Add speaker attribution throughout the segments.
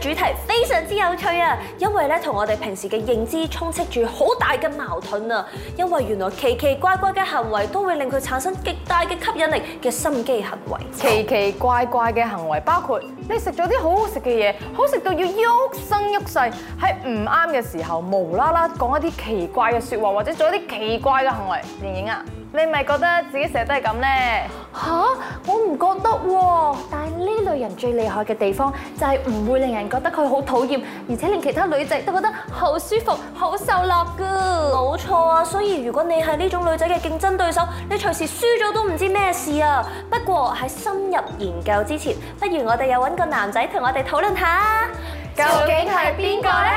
Speaker 1: 主題非常之有趣啊，因為咧同我哋平時嘅認知充斥住好大嘅矛盾啊。因為原來奇奇怪怪嘅行為都會令佢產生極大嘅吸引力嘅心機行為。
Speaker 2: 奇奇怪怪嘅行為，包括你食咗啲好好食嘅嘢，好食到要喐身喐勢，喺唔啱嘅時候無啦啦講一啲奇怪嘅説話，或者做一啲奇怪嘅行為。盈盈啊，你咪覺得自己成日都係咁呢？
Speaker 3: 吓，我唔覺得喎，但係呢類人最厲害嘅地方就係唔會令人覺得佢好討厭，而且令其他女仔都覺得好舒服、好受落噶。
Speaker 1: 冇錯啊，所以如果你係呢種女仔嘅競爭對手，你隨時輸咗都唔知咩事啊。不過喺深入研究之前，不如我哋又揾個男仔同我哋討論下，
Speaker 2: 究竟係邊個呢？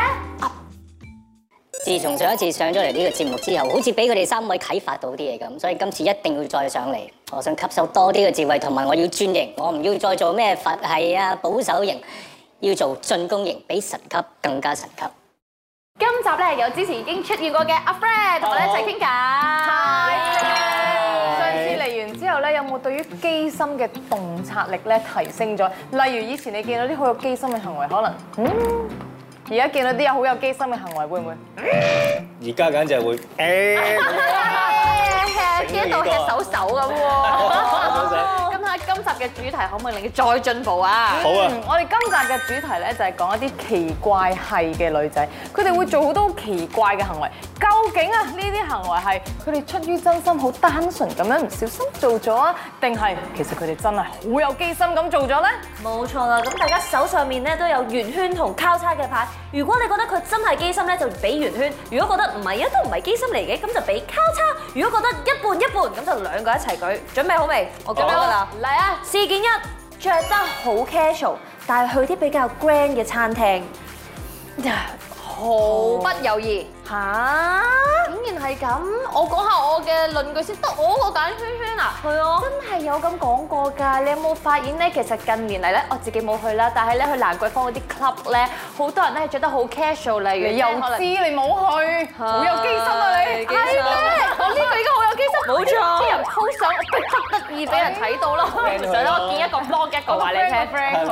Speaker 4: 自從上一次上咗嚟呢個節目之後，好似俾佢哋三位啟發到啲嘢咁，所以今次一定要再上嚟。我想吸收多啲嘅智慧，同埋我要轉型，我唔要再做咩佛系啊保守型，要做進攻型，比神級更加神級。
Speaker 3: 今集咧有之前已經出現過嘅阿 Fred 同我哋一齊傾偈。
Speaker 2: 上次嚟完之後咧，有冇對於機心嘅洞察力咧提升咗？例如以前你見到啲好有機心嘅行為，可能嗯，而家見到啲有好有機心嘅行為，會唔會？
Speaker 5: 而家簡直係會 誒，
Speaker 3: 見到 hea 手手咁
Speaker 5: 啊
Speaker 3: 喎，咁睇下今集嘅主題可唔可以令佢再進步啊？
Speaker 5: 好啊
Speaker 2: 嗯，我哋今集嘅主題咧就係講一啲奇怪係嘅女仔，佢哋會做好多奇怪嘅行為。究竟啊，呢啲行為係佢哋出於真心好單純咁樣唔小心做咗啊，定係其實佢哋真係好有機心咁做咗呢？
Speaker 1: 冇錯啦，咁大家手上面咧都有圓圈同交叉嘅牌。如果你覺得佢真係機心咧，就俾圓圈；如果覺得唔係啊，都唔係機心嚟嘅，咁就俾交叉；如果覺得一半一半，咁就兩個一齊舉。準備好未？我舉
Speaker 5: 好
Speaker 1: 啦啦。
Speaker 3: 嚟啊！
Speaker 1: 事件一，着得好 casual，但係去啲比較 grand 嘅餐廳。
Speaker 3: 毫不猶豫，
Speaker 1: 吓？
Speaker 3: 竟然係咁，我講下我嘅論據先，得我個揀圈圈啊！
Speaker 1: 係啊。
Speaker 3: 真係有咁講過㗎，你有冇發現咧？其實近年嚟咧，我自己冇去啦，但係咧去蘭桂坊嗰啲 club 咧，好多人咧係著得好 casual，例如
Speaker 2: 你又
Speaker 3: 可能
Speaker 2: 知你冇去，好有機心啊你！
Speaker 3: 係咩？我呢個已經好有機心，
Speaker 1: 冇錯
Speaker 3: 啲人 po 相逼不得已俾人睇到啦，唔想啦，我見一個 blog 一個話你
Speaker 1: 一個 block
Speaker 3: 聽。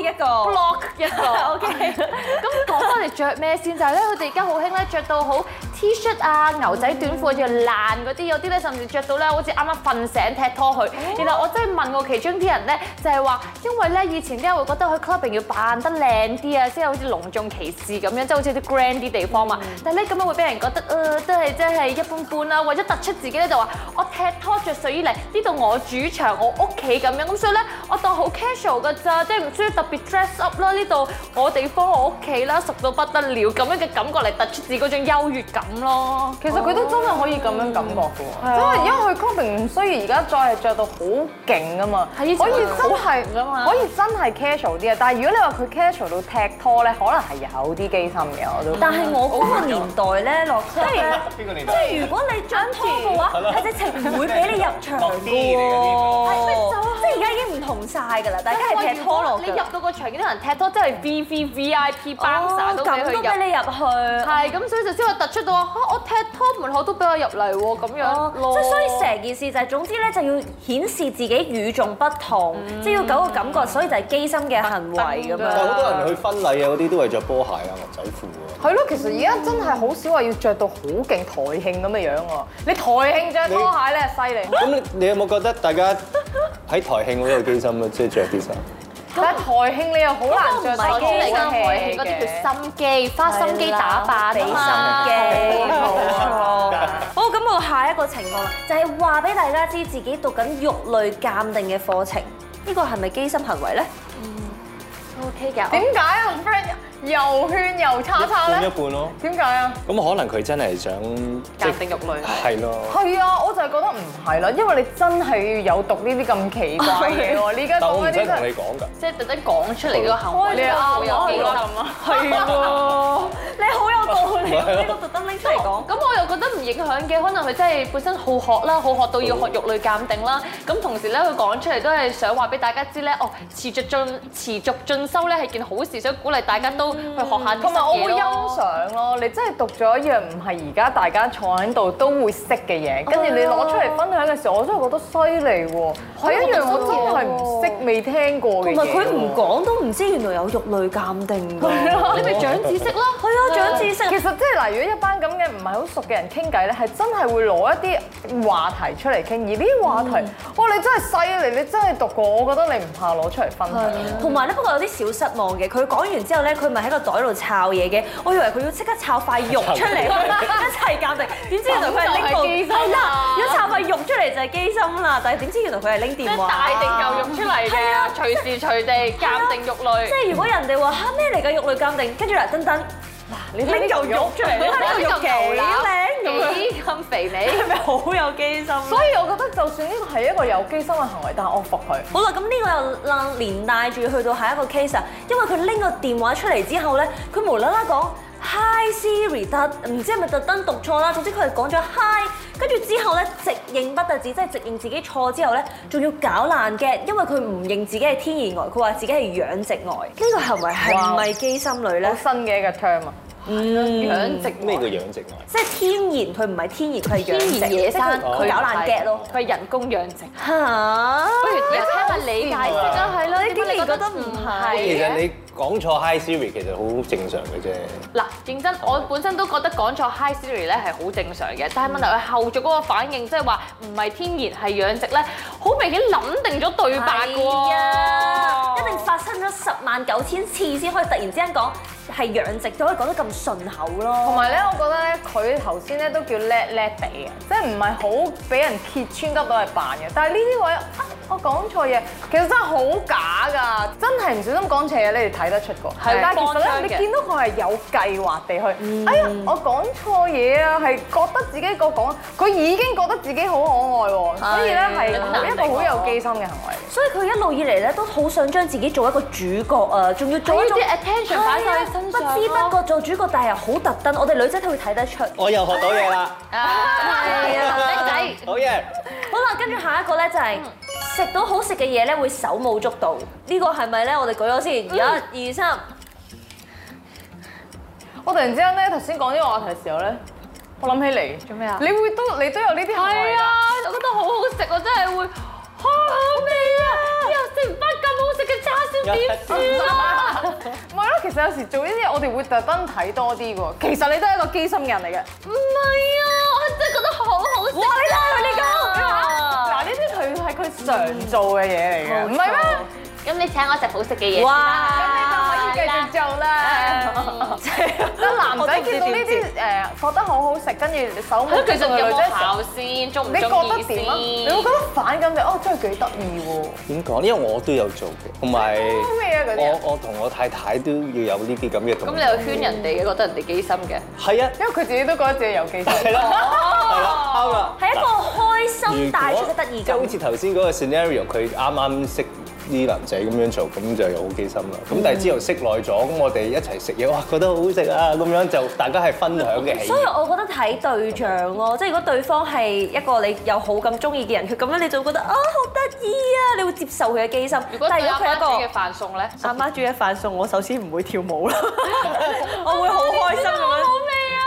Speaker 1: 一個
Speaker 3: block 一個 OK。咁講翻嚟着咩先就係咧，佢哋而家好興咧，着到好 T 恤啊、牛仔短褲仲要爛嗰啲，有啲咧甚至着到咧好似啱啱瞓醒踢拖去。然後我真係問過其中啲人咧，就係話因為咧以前啲人會覺得去 clubbing 要扮得靚啲啊，即係好似隆重其事咁樣，即係好似啲 grand 啲地方嘛。啊
Speaker 1: 嗯
Speaker 3: 但係咧咁樣會俾人覺得誒、呃都係真係一般般啦。為咗突出自己咧，就話我踢拖着睡衣嚟呢度我主場我屋企咁樣，咁所以咧我當好 casual 㗎咋，即係唔需要特別 dress up 啦。呢度我地方我屋企啦，熟到不得了咁樣嘅感覺嚟突出自己嗰種優越感咯。
Speaker 2: 其實佢都真係可以咁樣感覺嘅喎，真係啊因為 Covid 唔需要而家再係着到好勁啊嘛，可
Speaker 3: 係以
Speaker 2: 以
Speaker 3: 前
Speaker 2: 真係
Speaker 3: 好紅㗎嘛
Speaker 2: 可以真係 casual 啲啊！但係如果你話佢 casual 到踢拖咧，可能係有啲機心嘅我都。
Speaker 1: 但係我嗰個年代咧落 club 咧，
Speaker 5: 邊個年
Speaker 1: 即
Speaker 5: 代？
Speaker 1: 係如果你着拖嘅話，係直情唔會俾你入場
Speaker 5: 落
Speaker 1: 嘅
Speaker 5: 啲嚟嘅呢個
Speaker 1: 喎。即係而家已經唔同晒㗎啦，大家係踢拖落
Speaker 3: 你入
Speaker 1: 㗎。
Speaker 3: 到個場見到人踢拖，真係 V V V I P bouncer
Speaker 1: 哦
Speaker 3: 都俾佢
Speaker 1: 咁都俾
Speaker 3: 入。
Speaker 1: 你入去。
Speaker 3: 係咁，所以就先會突出到啊！我踢拖門口都俾我入嚟喎，咁樣咯。
Speaker 1: 哦即係所以成件事就係總之咧，就要顯示自己與眾不同，即係要有個感覺，所以就係機心嘅行為咁
Speaker 5: 但係
Speaker 1: 樣。
Speaker 5: 好多人去婚禮啊嗰啲都係着波鞋啊牛仔褲
Speaker 2: 係咯，其實而家真係好少話要着到好勁台慶咁嘅樣喎。你台慶着拖鞋咧，犀利。
Speaker 5: 喎。咁你你有冇覺得大家喺台慶嗰度機心啊？即係着啲衫。
Speaker 2: 但係台慶你又好難着到
Speaker 3: 我知你嘅台慶嗰
Speaker 2: 嘅
Speaker 3: 啲叫心機，花心機打扮
Speaker 1: 俾
Speaker 3: 啊
Speaker 1: 心
Speaker 3: 嘛。
Speaker 1: 機，冇錯。 好，咁我下一個情況啦，就係話俾大家知自己讀緊肉類鑑定嘅課程，呢個係咪機心行為咧？
Speaker 3: O K 嘅，
Speaker 2: 點解啊，friend 又圈又叉叉
Speaker 5: 半一
Speaker 2: 咧？
Speaker 5: 半咯。
Speaker 2: 點解啊？
Speaker 5: 咁可能佢真係想即
Speaker 3: 鑑定肉類。
Speaker 5: 係咯。
Speaker 2: 係啊，我就係覺得唔係啦，因為你真係要有讀呢啲咁奇怪嘅嘢喎。 你而家
Speaker 5: 但
Speaker 2: 講
Speaker 5: 我唔
Speaker 2: 嗰
Speaker 5: 使
Speaker 2: 啲
Speaker 5: 同
Speaker 2: 真
Speaker 5: 你
Speaker 2: 係
Speaker 5: 講㗎。
Speaker 3: 即係特登講出嚟嗰個行為，
Speaker 2: 你
Speaker 3: 真係好
Speaker 2: 啱
Speaker 3: 有
Speaker 2: 啊，係
Speaker 3: 機心
Speaker 2: 啊，係喎。
Speaker 1: 你好有道 嚟嘅，呢個特登拎出嚟講。
Speaker 3: 咁我又覺得唔影響嘅，可能佢真係本身好學啦，好學到要學肉類鑑定啦。咁同時咧，佢講出嚟都係想話俾大家知咧，哦，持續進持續進修咧係件好事，想鼓勵大家都去學下啲
Speaker 2: 同埋我會
Speaker 3: 新嘢
Speaker 2: 欣
Speaker 3: 咯
Speaker 2: 賞咯，你真係讀咗一樣唔係而家大家坐喺度都會識嘅嘢，跟住你攞出嚟分享嘅時候，我真係覺得犀利喎，係一樣我真係唔識未聽過嘅嘢
Speaker 1: 同
Speaker 2: 喎。
Speaker 1: 埋佢唔講都唔知原來有肉類鑑定 㗎。係
Speaker 3: 你咪長知識咯，
Speaker 1: 啊，長知識。
Speaker 2: 其實即係嗱，如果一班咁嘅唔係好熟嘅人傾偈咧，係真係會攞一啲話題出嚟傾，而呢啲話題，哇！你真係犀利，你真係讀過，我覺得你唔怕攞出嚟分享。
Speaker 1: 同埋咧，不過有啲小失望嘅。佢講完之後咧，佢咪喺個袋度摷嘢嘅。我以為佢要即刻摷塊肉出嚟 一齊鑑定，點知原來 佢係拎部
Speaker 3: 咁就係機芯啦
Speaker 1: 係啦，如果摷塊肉出嚟就係機芯啦。但係點知原來佢係拎
Speaker 3: 即
Speaker 1: 電
Speaker 3: 係
Speaker 1: 話。
Speaker 3: 大定嚿肉出嚟
Speaker 1: 係啊
Speaker 3: 嘅，隨時隨地鑑定肉類
Speaker 1: 即。係如果人哋話嚇咩嚟嘅肉類鑑定，跟住嗱等等，
Speaker 2: 你
Speaker 1: 拎嚿肉出嚟，你睇呢個肉幾靚咁樣，
Speaker 3: 幾咁肥美。
Speaker 1: 係咪好有機心啊？
Speaker 2: 所以我覺得就算呢個係一個有機心嘅行為，但係我服佢。
Speaker 1: 好啦，咁呢個又楞連帶住去到下一個 case 啊，因為佢拎個電話出嚟之後咧，佢無啦啦講 Hi Siri，但唔知係咪特登讀錯啦，總之佢係講咗 Hi，跟住之後咧直認不特止，即係直認自己錯之後咧，仲要搞爛嘅，因為佢唔認自己係天然呆，佢話自己係養殖呆，呢、個行為係唔係機心女
Speaker 2: 好
Speaker 1: 咧？
Speaker 2: 新嘅一個 term 啊！
Speaker 3: 養殖
Speaker 5: 咩叫養殖啊？
Speaker 1: 即係天然，佢唔係天然，佢係養殖
Speaker 3: 天然野生，
Speaker 1: 即係佢搞爛 get 咯。
Speaker 3: 佢係人工養殖。
Speaker 1: 嚇！
Speaker 3: 不如你聽下你解釋啦，係咯，
Speaker 1: 你
Speaker 3: 點解
Speaker 1: 竟
Speaker 3: 你
Speaker 1: 然覺
Speaker 3: 覺得
Speaker 1: 得
Speaker 3: 唔
Speaker 1: 唔
Speaker 3: 係
Speaker 1: 係
Speaker 5: 其實
Speaker 3: 嘅？
Speaker 5: 你講錯 Hi Siri 其實好正常嘅啫。
Speaker 3: 嗱，認真，我本身都覺得講錯 Hi Siri 咧係好正常嘅，但係問題佢後續嗰個反應，即係話唔係天然係養殖咧，好明顯諗定咗對白㗎喎。
Speaker 1: 係啊，一定發生咗十萬九千次先可以突然之間講係養殖，都可以講得咁順口
Speaker 2: 同
Speaker 1: 咯。
Speaker 2: 埋咧，我覺得咧，佢頭先咧都叫叻叻地嘅，即係唔係好俾人揭穿得到係扮嘅。但係呢啲位啊，我講錯嘢，其實真係好假㗎，真係唔小心講錯嘢，你哋睇得出個。
Speaker 3: 係
Speaker 2: 但係其實
Speaker 3: 慌張嘅
Speaker 2: 咧，你見到佢係有計劃地去，哎呀，我講錯嘢啊，係覺得自己個講，佢已經覺得自己好可愛喎，所以咧係
Speaker 3: 真係
Speaker 2: 一個好有機心嘅行為。
Speaker 1: 所以佢一路以嚟咧都好想將自己做一個主角啊，仲要做一種啊
Speaker 3: 係要啲 attention 擺晒喺身上咯
Speaker 1: 不知不覺做主角，但係又好特登。我哋女仔都會睇得出。
Speaker 5: 我又學到 嘢啦！
Speaker 3: À, 係啊，靚仔。
Speaker 5: 好嘢！
Speaker 1: 好啦，跟住下一個咧就係、
Speaker 3: 嗯
Speaker 1: 食到好食嘅嘢咧，會手舞足蹈。呢個係咪咧？我哋舉咗
Speaker 3: 嗯
Speaker 1: 先，一、二、三。
Speaker 2: 我突然之間咧，頭先講呢個話題嘅時候咧，我諗起你
Speaker 3: 做咩啊
Speaker 2: 你會都你都有呢啲行為
Speaker 3: 係
Speaker 2: 㗎
Speaker 3: 啊，我覺得好好食，我真係會好好味啊！以後食唔翻咁好食嘅叉燒點算啊？
Speaker 2: 唔係咯，其實有時做呢啲嘢，我哋會特登睇多啲喎。其實你都係一個機心嘅人嚟嘅。
Speaker 3: 唔係啊，我真係覺得好好食。哇！你睇
Speaker 2: 嗱，呢啲佢係佢常做嘅嘢嚟啊嗯嘅，唔係咩？
Speaker 3: 咁你請我食好食嘅嘢。
Speaker 2: 咁你就可以繼續做啦。咁男仔見到呢啲誒覺得好好食，跟住手舞
Speaker 3: 佢其實
Speaker 2: 嘅
Speaker 3: 有
Speaker 2: 女
Speaker 3: 冇
Speaker 2: 仔，
Speaker 3: 效先？中唔
Speaker 2: 你覺
Speaker 3: 中
Speaker 2: 得
Speaker 3: 意
Speaker 2: 點啊？你
Speaker 3: 先
Speaker 2: 會覺？得反感就哦，真係幾得意喎。
Speaker 5: 點講？因為我都有做嘅，同埋
Speaker 2: 咩啊嗰啲啊
Speaker 5: 我我同我太太都要有呢啲咁嘅
Speaker 3: 咁
Speaker 5: 動作
Speaker 3: 你。又圈人哋嘅，覺得人哋機心嘅。
Speaker 5: 係啊，
Speaker 2: 因為佢自己都覺得自己有機心。
Speaker 5: 係啦，係啦，啱啦。
Speaker 1: 係一個開心哦帶出嘅得意
Speaker 5: 即
Speaker 1: 感
Speaker 5: 係。好似頭先嗰個 scenario，佢啱啱識啲男仔咁樣做，咁就又好機心啦。
Speaker 1: 嗯
Speaker 5: 咁但係之後識耐咗，咁我哋一齊食嘢，哇，覺得好好食啊，咁樣就大家係分享嘅喜
Speaker 1: 嗯所以我覺得睇對象咯，即係如果對方係一個你有好感中意嘅人，佢咁樣你就會覺得啊好得意啊，你會接受佢嘅機心。
Speaker 3: 如果
Speaker 1: 但係
Speaker 3: 對
Speaker 1: 如
Speaker 3: 阿
Speaker 1: 果佢係一
Speaker 3: 媽煮嘅
Speaker 1: 個
Speaker 3: 飯餸咧，
Speaker 1: 阿媽煮嘅飯餸，我首先唔會跳舞 啦， 我會好開心咁樣。好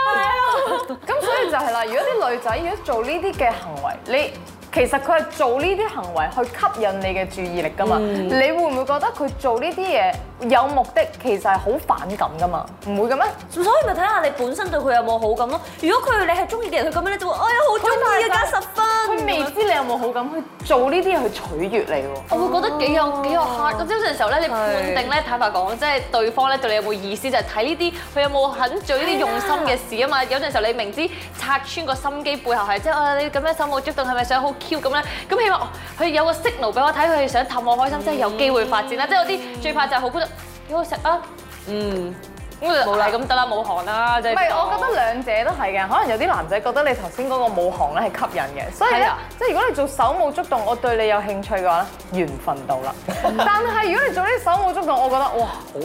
Speaker 1: 味啊！
Speaker 2: 咁所以就係啦，如果啲女仔如果做呢啲嘅行為，你其實佢係做呢啲行為去吸引你嘅注意力㗎嘛，你會唔會覺得佢做呢啲嘢有目的，其實係好反感㗎嘛？唔會嘅咩？
Speaker 1: 所以咪睇下你本身對佢有冇好感咯。如果佢你係中意嘅人，佢咁樣你就會哎呀好中意啊，加十分。
Speaker 2: 佢未知你有冇好感，去做呢啲嘢去取悦你喎。
Speaker 3: 我會覺得幾有幾有 heart。咁即係有陣時候咧，你判定咧，坦白講，即係對方咧對你有冇意思，就係睇呢啲佢有冇肯做呢啲用心嘅事啊嘛。有陣時候你明知拆穿個心機背後係即係啊，你咁樣手舞足蹈係咪想好 Q 咁咧？咁起碼哦佢有個 signal 俾我睇，佢係想氹我開心，即係有機會發展啦。即係有啲最怕就係好覺得幾好食啊，嗯，咁就係咁得啦，冇行啦，即係。
Speaker 2: 唔係，我覺得兩者都係嘅，可能有啲男仔覺得你頭先嗰個舞行咧係吸引嘅，所以
Speaker 3: 係
Speaker 2: 咧
Speaker 3: 啊，
Speaker 2: 即係如果你做手舞足蹈，我對你有興趣嘅 話咧，緣分到啦。但係如果你做呢啲手舞足蹈，我覺得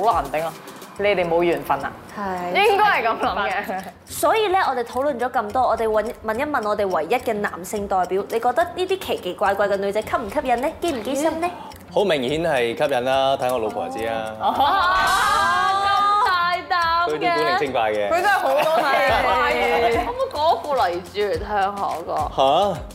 Speaker 2: 哇，好難頂啊！你哋冇緣分啊，
Speaker 1: 係。
Speaker 2: 應該係咁諗嘅。
Speaker 1: 所以咧，我哋討論咗咁多，我哋問問一問我哋唯一嘅男性代表，你覺得呢啲奇奇怪怪嘅女仔吸唔吸引呢？基唔基心呢？
Speaker 5: 好明顯係吸引啦，睇我老婆就知
Speaker 1: 哦
Speaker 5: 啦，
Speaker 3: 大膽
Speaker 1: 啊
Speaker 5: 佢都古靈精怪
Speaker 2: 佢
Speaker 5: 嘅
Speaker 2: 真係好多嘢。
Speaker 3: 可唔可以講一個嚟自嚟聽下個？
Speaker 5: 嚇。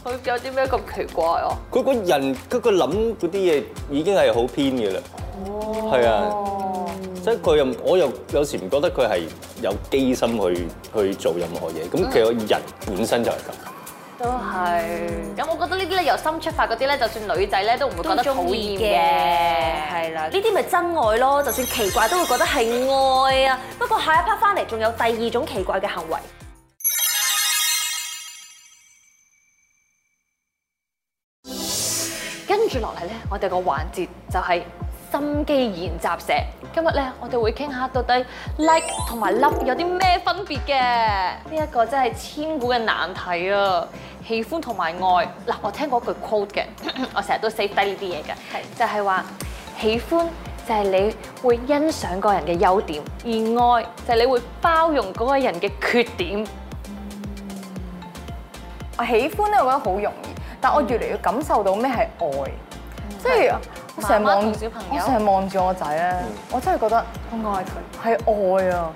Speaker 3: 佢有啲咩咁奇怪啊？
Speaker 5: 佢個人佢個諗嗰啲嘢已經係好偏嘅啦，
Speaker 1: 哦
Speaker 5: 係啊，即係佢又我又有時唔覺得佢係有機心去去做任何嘢，
Speaker 1: 嗯
Speaker 5: 咁其實人本身就係咁，
Speaker 3: 都係。有冇覺得呢啲咧由心出發嗰啲咧，就算女仔咧嗯都唔會覺得討厭嘅？啊係啦
Speaker 1: 呢。啲咪真愛咯，就算奇怪都會覺得係愛啊。不過下一 part 翻嚟仲有第二種奇怪嘅行為。
Speaker 3: 跟住落嚟咧，我哋個環節就係心機研習社。今日咧，我哋會傾下到底 like 同埋 love 有啲咩分別嘅？呢、一個真係千古嘅難題啊！喜歡同埋愛嗱，我聽過一句 quote 嘅， 我成日都 save 低呢啲嘢嘅，就係話喜歡就係你會欣賞嗰個人嘅優點，而愛就係你會包容嗰個人嘅缺點。
Speaker 2: 我喜歡咧，我覺得好容易，但我越嚟越感受到咩係愛，即係我成日
Speaker 3: 媽媽
Speaker 2: 望
Speaker 3: 同小朋友
Speaker 2: 我成日望住我仔咧，我真係覺得我愛佢係愛啊，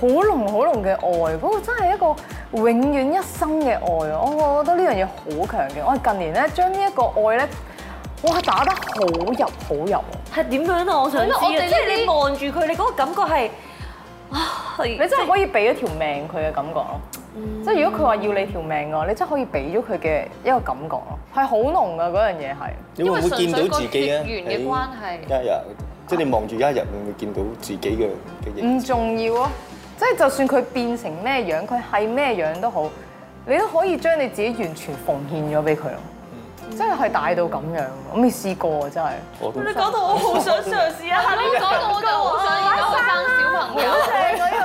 Speaker 2: 好濃好濃嘅愛，嗰、個真係一個永遠一生嘅愛啊！我覺得呢樣嘢好強嘅，我近年咧將呢一個愛咧，哇打得好入好入啊！
Speaker 1: 係點樣啊？我想知
Speaker 3: 係咯
Speaker 1: 啊！
Speaker 3: 我哋呢啲
Speaker 1: 即係你望住佢，你嗰個感覺係啊，
Speaker 2: 你
Speaker 1: 你
Speaker 2: 真係可以俾咗條命佢嘅感覺咯。即係如果佢話要你條命嘅話，你真係可以俾咗佢嘅一個感覺咯，係好濃噶嗰樣嘢係。
Speaker 5: 你會唔會見到自己啊？
Speaker 3: 因為純粹個血緣嘅關係
Speaker 5: 喺一日即係你望住一日會唔會見到自己嘅嘅影？
Speaker 2: 唔重要咯，即係就算佢變成咩樣，佢係咩樣都好，你都可以將你自己完全奉獻咗俾佢咯。真係大到咁樣，我未試過啊！真係。
Speaker 5: 我都
Speaker 1: 講到我好想嘗試啊！
Speaker 3: 你講到我就好想而家好生啊小朋友。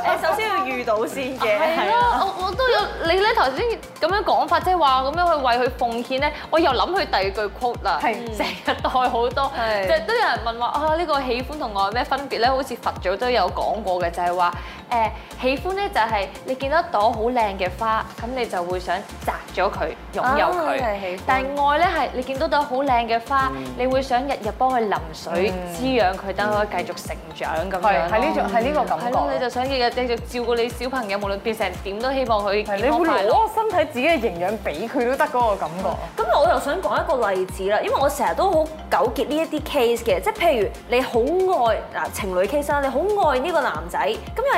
Speaker 1: 誒，首先要遇到先嘅，
Speaker 3: 係啦，我我都有你咧頭先咁樣講法，即係話咁樣去為佢奉獻咧，我又諗佢第二句 quote 啦，
Speaker 2: 係
Speaker 3: 成日代好多，
Speaker 2: 係
Speaker 3: 就都有人問話啊呢個喜歡同愛有咩分別咧？好似佛祖都有講過嘅，就係話誒喜歡咧就係你見到一朵好靚嘅花，咁你就會想摘咗佢擁有
Speaker 1: 啊係喜
Speaker 3: 佢
Speaker 1: 歡，
Speaker 3: 但係愛咧係你見到朵好靚嘅花，你會想日日幫佢淋水滋養佢，等佢繼續成長咁
Speaker 2: 係
Speaker 3: 樣咯。
Speaker 2: 係呢種係呢個感
Speaker 3: 係
Speaker 2: 覺
Speaker 3: 咯，你就想日日繼續照顧你小朋友，無論變成點都希望
Speaker 2: 係
Speaker 3: 佢健
Speaker 2: 你
Speaker 3: 康
Speaker 2: 會
Speaker 3: 快樂。
Speaker 2: 攞身體自己嘅營養俾佢都得嗰個感覺。
Speaker 1: 咁我又想講一個例子啦，因為我成日都好糾結呢一啲 case 嘅，即係譬如你好愛嗱情侶 case 啦，你好愛呢個男仔，咁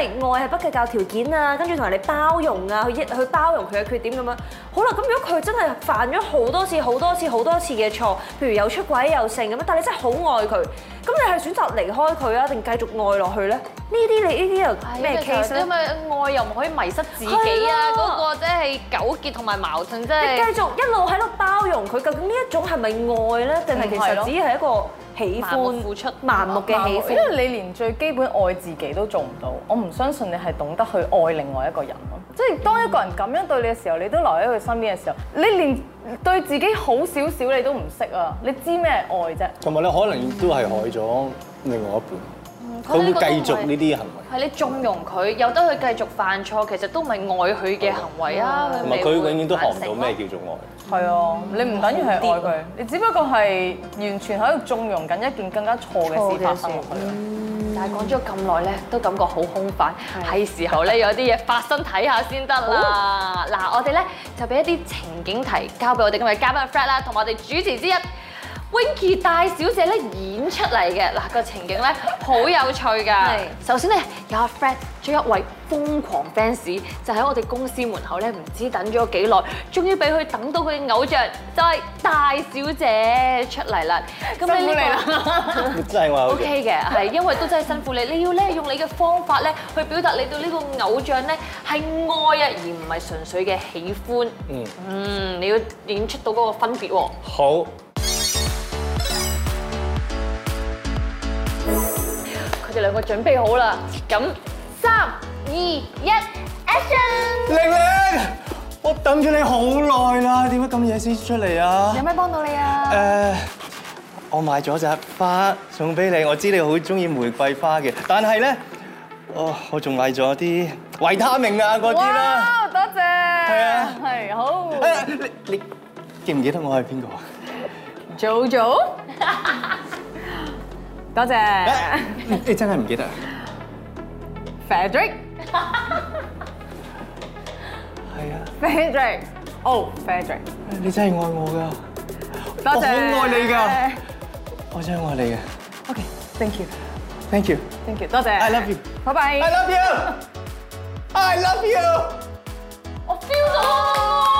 Speaker 1: 因為愛係不計較條件啊，跟住同埋你包容啊，去一去包容佢嘅缺點咁樣。好啦，咁如果佢真係犯咗好多次、好多次、好多次嘅錯，譬如有出軌又剩咁樣，但係你真係好愛佢，咁你係選擇離開佢啊，定繼續愛落去咧？呢啲你呢啲又咩 case 咧
Speaker 3: 因？為愛又唔可以迷失自己啊！
Speaker 1: 係咯
Speaker 3: 嗰個真係糾結同埋矛盾，真
Speaker 1: 你繼
Speaker 3: 係
Speaker 1: 續一路喺度包容佢，究竟呢一種係咪愛咧？定係其實只係一個喜
Speaker 3: 盲目
Speaker 1: 歡、
Speaker 3: 付出
Speaker 1: 盲目嘅喜
Speaker 2: 因
Speaker 1: 歡？
Speaker 2: 為你連最基本愛自己都做唔到，我唔相信你係懂得去愛另外一個人咯。即係當一個人咁樣對你嘅時候，你都留喺佢身邊嘅時候，你連對自己好少少你都唔識啊！你知咩係愛啫？
Speaker 5: 同埋咧，可能都係害咗另外一半，佢會繼續呢啲行為。
Speaker 3: 係你縱容佢，由得佢繼續犯錯，其實都唔係愛佢嘅行為啊！
Speaker 5: 哦同埋
Speaker 3: 咪
Speaker 5: 佢
Speaker 3: 會
Speaker 5: 永遠都學唔到
Speaker 3: 反省咯
Speaker 5: 咩叫做 愛，
Speaker 2: 係啊，你唔等於係愛佢，你只不過係完全喺度縱容緊一件更加錯嘅事發生落去咯。
Speaker 3: 但係講咗咁耐咧，都感覺好空泛，係時候咧有啲嘢發生睇下先得啦。嗱，我哋咧就俾一啲情景題交俾我哋今日嘉賓阿 Fred 啦，同埋我哋主持之一 Winky 大小姐咧演出嚟嘅。嗱，個情景咧好有趣㗎。首先咧有阿 Fred 追一位瘋狂 fans，就喺我哋公司門口咧唔知等咗幾耐，終於俾佢等到佢嘅偶像就係大小姐出嚟啦。咁
Speaker 2: 辛苦你啦
Speaker 3: 啦！
Speaker 5: 真係話
Speaker 3: O K 嘅，係因為都真係辛苦你，你要咧用你嘅方法咧去表達你對呢個偶像咧係愛啊，而唔係純粹嘅喜歡。嗯，嗯，你要演出到嗰個分別喎。
Speaker 5: 好。
Speaker 3: 佢哋兩個準備好啦，嗯咁三二一，action！
Speaker 5: 玲玲，我等咗你好耐啦，點解咁夜先出嚟啊？
Speaker 2: 咩幫到你啊？
Speaker 5: 誒，我買咗扎花送俾你，我知你好中意玫瑰花嘅，但係咧，哦，我仲買咗啲維他命啊嗰啲
Speaker 2: 哇，
Speaker 5: 啦。
Speaker 2: 多謝，係
Speaker 5: 啊
Speaker 2: 係好
Speaker 5: 啊你你記唔記得我係邊個啊？
Speaker 2: 早早， 多謝
Speaker 5: 你你真係唔記得啊？
Speaker 2: Frederick。
Speaker 5: 係啊，
Speaker 2: Frederick，哦，Frederick，
Speaker 5: 你真係愛我㗎，
Speaker 2: 多謝，
Speaker 5: 我好愛你㗎我真係愛你嘅。
Speaker 2: ，OK，thank you，thank
Speaker 5: Thank you,
Speaker 2: you，多謝
Speaker 5: I love you,
Speaker 2: 拜拜
Speaker 5: I。love you, I love you。
Speaker 3: 我 feel 到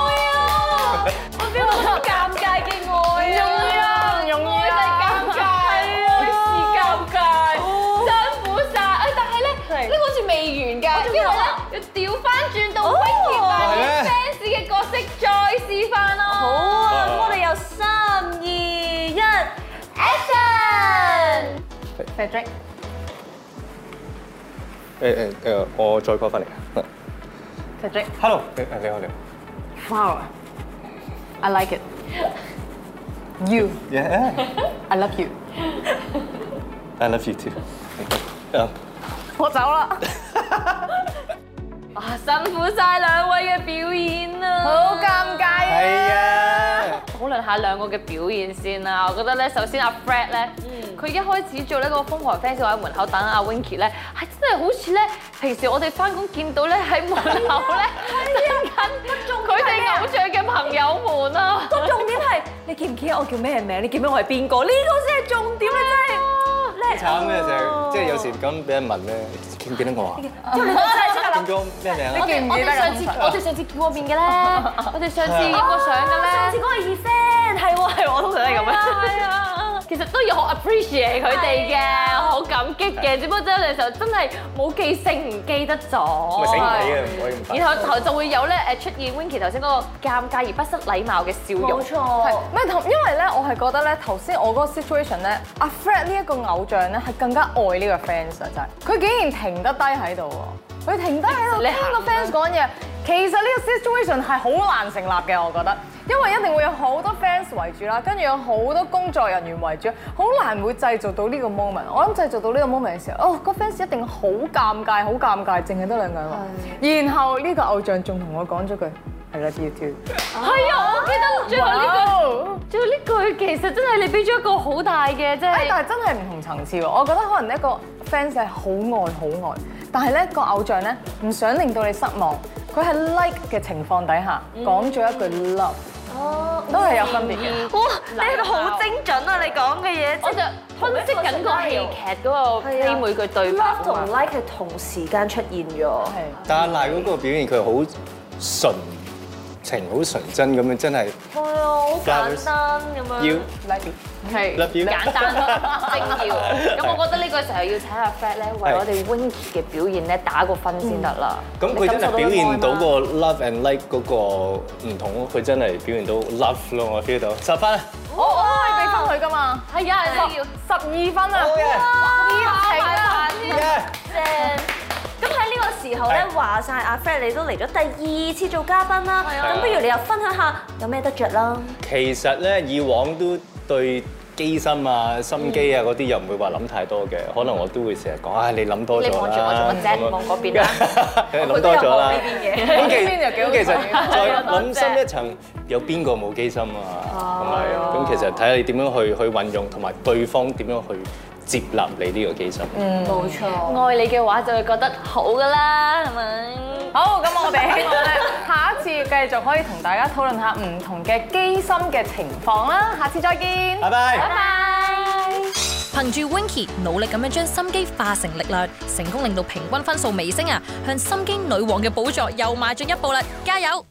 Speaker 3: 愛啊！我 feel 到好尷尬嘅愛啊！
Speaker 2: 容易啊唔容易啊
Speaker 3: 愛就係尷尬，啊愛是尷尬，辛苦晒。哎，但係咧，
Speaker 2: 係
Speaker 3: 呢個好似未完㗎，因為咧要調翻轉到
Speaker 1: 哦
Speaker 3: Winky 扮
Speaker 5: 係
Speaker 3: 演
Speaker 5: 咩
Speaker 3: fans 嘅角色再示範咯。
Speaker 1: 好啊，咁我哋有三二一，action！
Speaker 2: Frederick，
Speaker 5: 誒誒誒，我再 call 翻嚟。
Speaker 2: Frederick，
Speaker 5: Hello，誒誒你好你好。
Speaker 2: flower。I like it. You,
Speaker 5: Yeah,
Speaker 2: I love you.
Speaker 5: I love you too. Um,
Speaker 2: 我走 啦，
Speaker 3: 啊，辛苦晒兩位嘅表演啊！
Speaker 2: 好尷尬啊！
Speaker 5: 係啊，
Speaker 3: 討論下兩個嘅表現先啦。我覺得咧，首先阿 Fred 咧，佢一開始做呢個瘋狂 fans 喺門口等阿 Winky 咧，係真係好似咧平時我哋翻工見到咧喺門口咧等緊佢哋偶像嘅朋友們啊。
Speaker 1: 個重點係你記唔記得我叫咩名？你記唔記得我係邊個？呢個先係重點，你真係叻啊
Speaker 5: 慘嘅就係即係有時咁俾人問咧，記唔記得我啊？
Speaker 1: 之後你真係識得
Speaker 5: 叫咗咩名
Speaker 3: 我
Speaker 5: 啊？
Speaker 3: 哋
Speaker 2: 記唔
Speaker 3: 我
Speaker 2: 記得㗎
Speaker 3: 哋上 次
Speaker 2: 通常
Speaker 3: 我哋上次見過面嘅咧，我哋上次影過相嘅
Speaker 1: 啦。上次
Speaker 3: 咧。
Speaker 1: 嗰個係 event，係喎係喎，我通常都係咁
Speaker 3: 係啊
Speaker 1: 樣。
Speaker 3: 係啊， 其實都要好 appreciate 佢哋
Speaker 1: 係
Speaker 3: 嘅，
Speaker 1: 啊
Speaker 3: 好感激嘅，只不過真係有時候真係冇記性，唔記得咗。
Speaker 5: 咪醒唔起嘅，啊唔可以咁快。
Speaker 3: 然後頭就會有咧誒出現 Winky 頭先嗰個尷尬而不失禮貌嘅笑容
Speaker 1: 冇。錯，
Speaker 2: 唔係同，因為咧，我係覺得咧，頭先我嗰個 situation 咧，阿 Fred 呢一個偶像咧，係更加愛呢個 fans 啊，真係。佢竟然停得低喺度喎，佢停低喺度
Speaker 3: 你
Speaker 2: 聽
Speaker 3: 行啊
Speaker 2: 個 fans 講嘢。其實呢個 situation 係好難成立嘅，我覺得，因為一定會有好多 fans 圍住啦，跟住有好多工作人員圍住，好難會製造到呢個 moment。我諗製造到呢個 moment 嘅時候，哦，個 fans 一定好尷尬，好尷尬，淨係得兩個人喎。然後呢個偶像仲同我講咗句 I love you too。Oh
Speaker 3: 係啊，我記得最後呢句，最後呢句其實真係你俾咗一個好大嘅即
Speaker 2: 誒，
Speaker 3: 係。
Speaker 2: 哎但係真係唔同層次喎。我覺得可能一個 fans 係好愛好愛，但係咧個偶像咧唔想令到你失望，佢係 like 嘅情況底下講咗一句 love，
Speaker 1: 哦，
Speaker 2: 都係有分別嘅。
Speaker 1: 哇，你係好精準啊！你講嘅嘢，
Speaker 3: 我就分析緊個戲劇嗰個
Speaker 1: 係啊
Speaker 3: 呢每句對白啊
Speaker 1: love 同
Speaker 3: 嘛
Speaker 1: like 係同時間出現咗。
Speaker 2: 係
Speaker 5: 但係嗰個表現佢好純情、好純真咁樣，真係
Speaker 1: 係啊，好簡
Speaker 5: Flowers
Speaker 1: 單咁樣。
Speaker 5: 要
Speaker 2: like，
Speaker 3: 係
Speaker 5: Love you
Speaker 3: 簡單 精要。咁我覺得呢個時候要請阿 Fred 咧為我哋 Winky 嘅表現咧打個分先得啦。
Speaker 5: 咁佢真係表現到個 love and like 嗰個唔同咯，佢真係表現到 love 咯，我 feel 到十分啊！
Speaker 2: 我我
Speaker 1: 哦
Speaker 2: 係俾分佢噶嘛，
Speaker 3: 係啊，你要
Speaker 2: 十二分啊，
Speaker 3: 打埋
Speaker 2: 熱
Speaker 3: 眼
Speaker 2: 情啊！
Speaker 3: 先。
Speaker 1: 正。咁喺呢個時候咧，話晒阿 Fred 你都嚟咗第二次做嘉賓啦，
Speaker 3: 係啊
Speaker 1: 咁不如你又分享下有咩得着啦？
Speaker 5: 其實咧，以往都對機心啊、心機啊嗰啲又唔會話諗太多嘅，可能我都會成日講啊，你諗多
Speaker 3: 你
Speaker 5: 咗啦。
Speaker 3: 望住我做乜啫？望嗰邊啦。
Speaker 5: 咁樣諗多咗啦。咁其
Speaker 2: 呢邊又幾好
Speaker 5: 咁其實
Speaker 2: 睇
Speaker 5: 再
Speaker 2: 啊
Speaker 5: 諗深一層，有邊個冇機心啊？係咪？咁其實睇下你點樣去去運用，同埋對方點樣去接納你呢個機心。
Speaker 1: 冇錯。
Speaker 3: 愛你嘅話就會覺得好噶啦，係咪？
Speaker 2: 好，咁我哋希望咧，下一次繼續可以同大家討論下唔同嘅機心嘅情況啦。下次再見。
Speaker 5: 拜拜。
Speaker 6: 憑住 Winky 努力咁樣將心機化成力量，成功令到平均分數微升啊，向心機女王嘅寶座又邁進一步啦！加油！